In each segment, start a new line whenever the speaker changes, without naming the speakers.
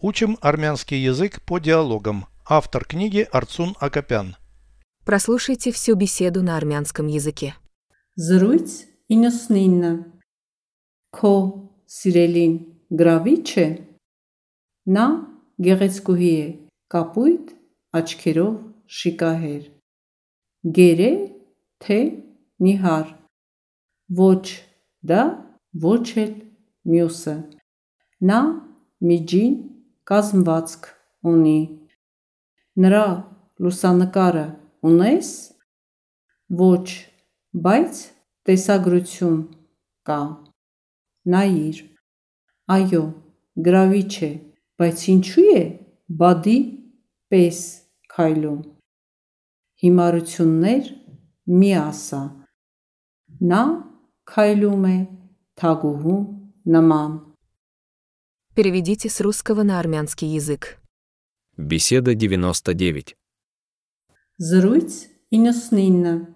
Учим армянский язык по диалогам. Автор книги Арцун Акопян.
Прослушайте всю беседу на армянском языке.
Զրույց 99 Քո սիրելին գրավիչ է Նա գեղեցկուհի է կապույտ աչքերով շիկահեր Գերե թե նիհար Ոչ դա ոչ էլ մյուսը Նա միջին կազմվածք ունի Նրա լուսանկարը ունես Ոչ, բայց տեսագրություն կա։ Նայիր։ Այո, գրավիչ է, բայց ինչու է բադի պես քայլում։ Հիմարություններ մի ասա։ Նա քայլում է թագուհու նման։
Переведите с русского на армянский язык.
Беседа 99.
Զրույց 99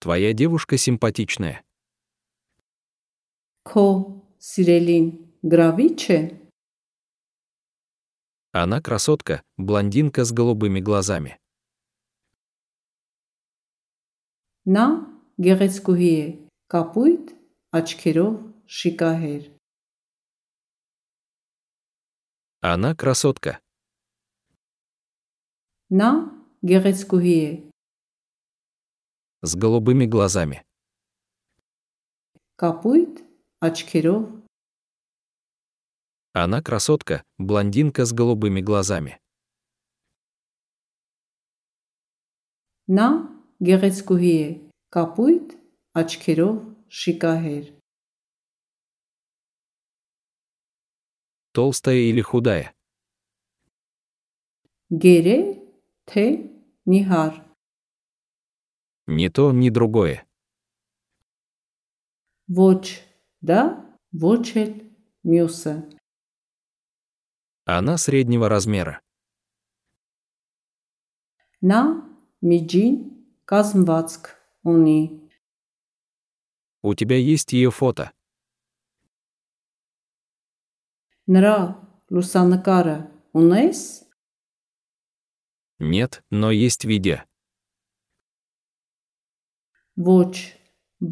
Твоя девушка симпатичная.
Քո սիրելին գրավիչ է
Она красотка, блондинка с голубыми глазами.
Նա գեղեցկուհի է կապույտ աչքերով շիկահեր։
Она красотка.
Նա գեղեցկուհի է
С голубыми глазами.
կապույտ աչքերով
Она красотка, блондинка с голубыми глазами.
նա գեղեցկուհի է կապույտ աչքերով շիկահեր
Толстая или худая.
գերե թե նիհար
Ни то, ни другое.
ոչ դա ոչ էլ մյուսը
Она среднего размера.
նա միջին կազմվածք ունի
У тебя есть ее фото.
նրա լուսանկարը ունես
Нет, но есть видео.
ոչ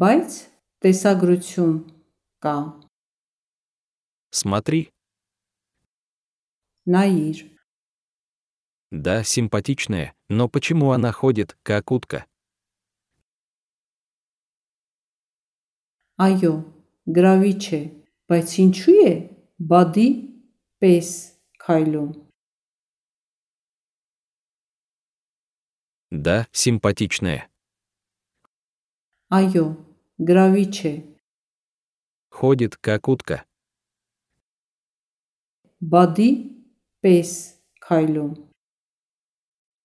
բայց տեսագրություն կա
Смотри.
նայիր
Да, симпатичная, но почему она ходит, как утка?
Այո, գրավիչ է, բայց ինչու է բադի պես քայլում։
Да, симпатичная.
Այո, գրավիչ է,
Ходит, как утка.
բադի պես քայլում։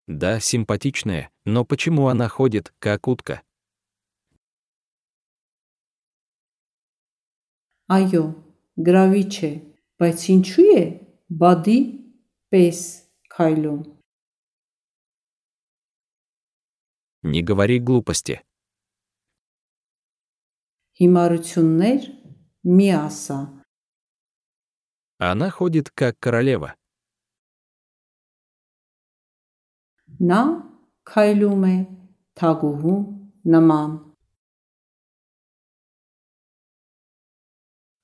Да, симпатичная, но почему она ходит, как утка?
Այո, գրավիչ է, բայց ինչու է բադի պես քայլում։
Не говори глупости.
Հիմարություններ մի ասա։
Она ходит как королева.
Նա քայլում է թագուհու նման։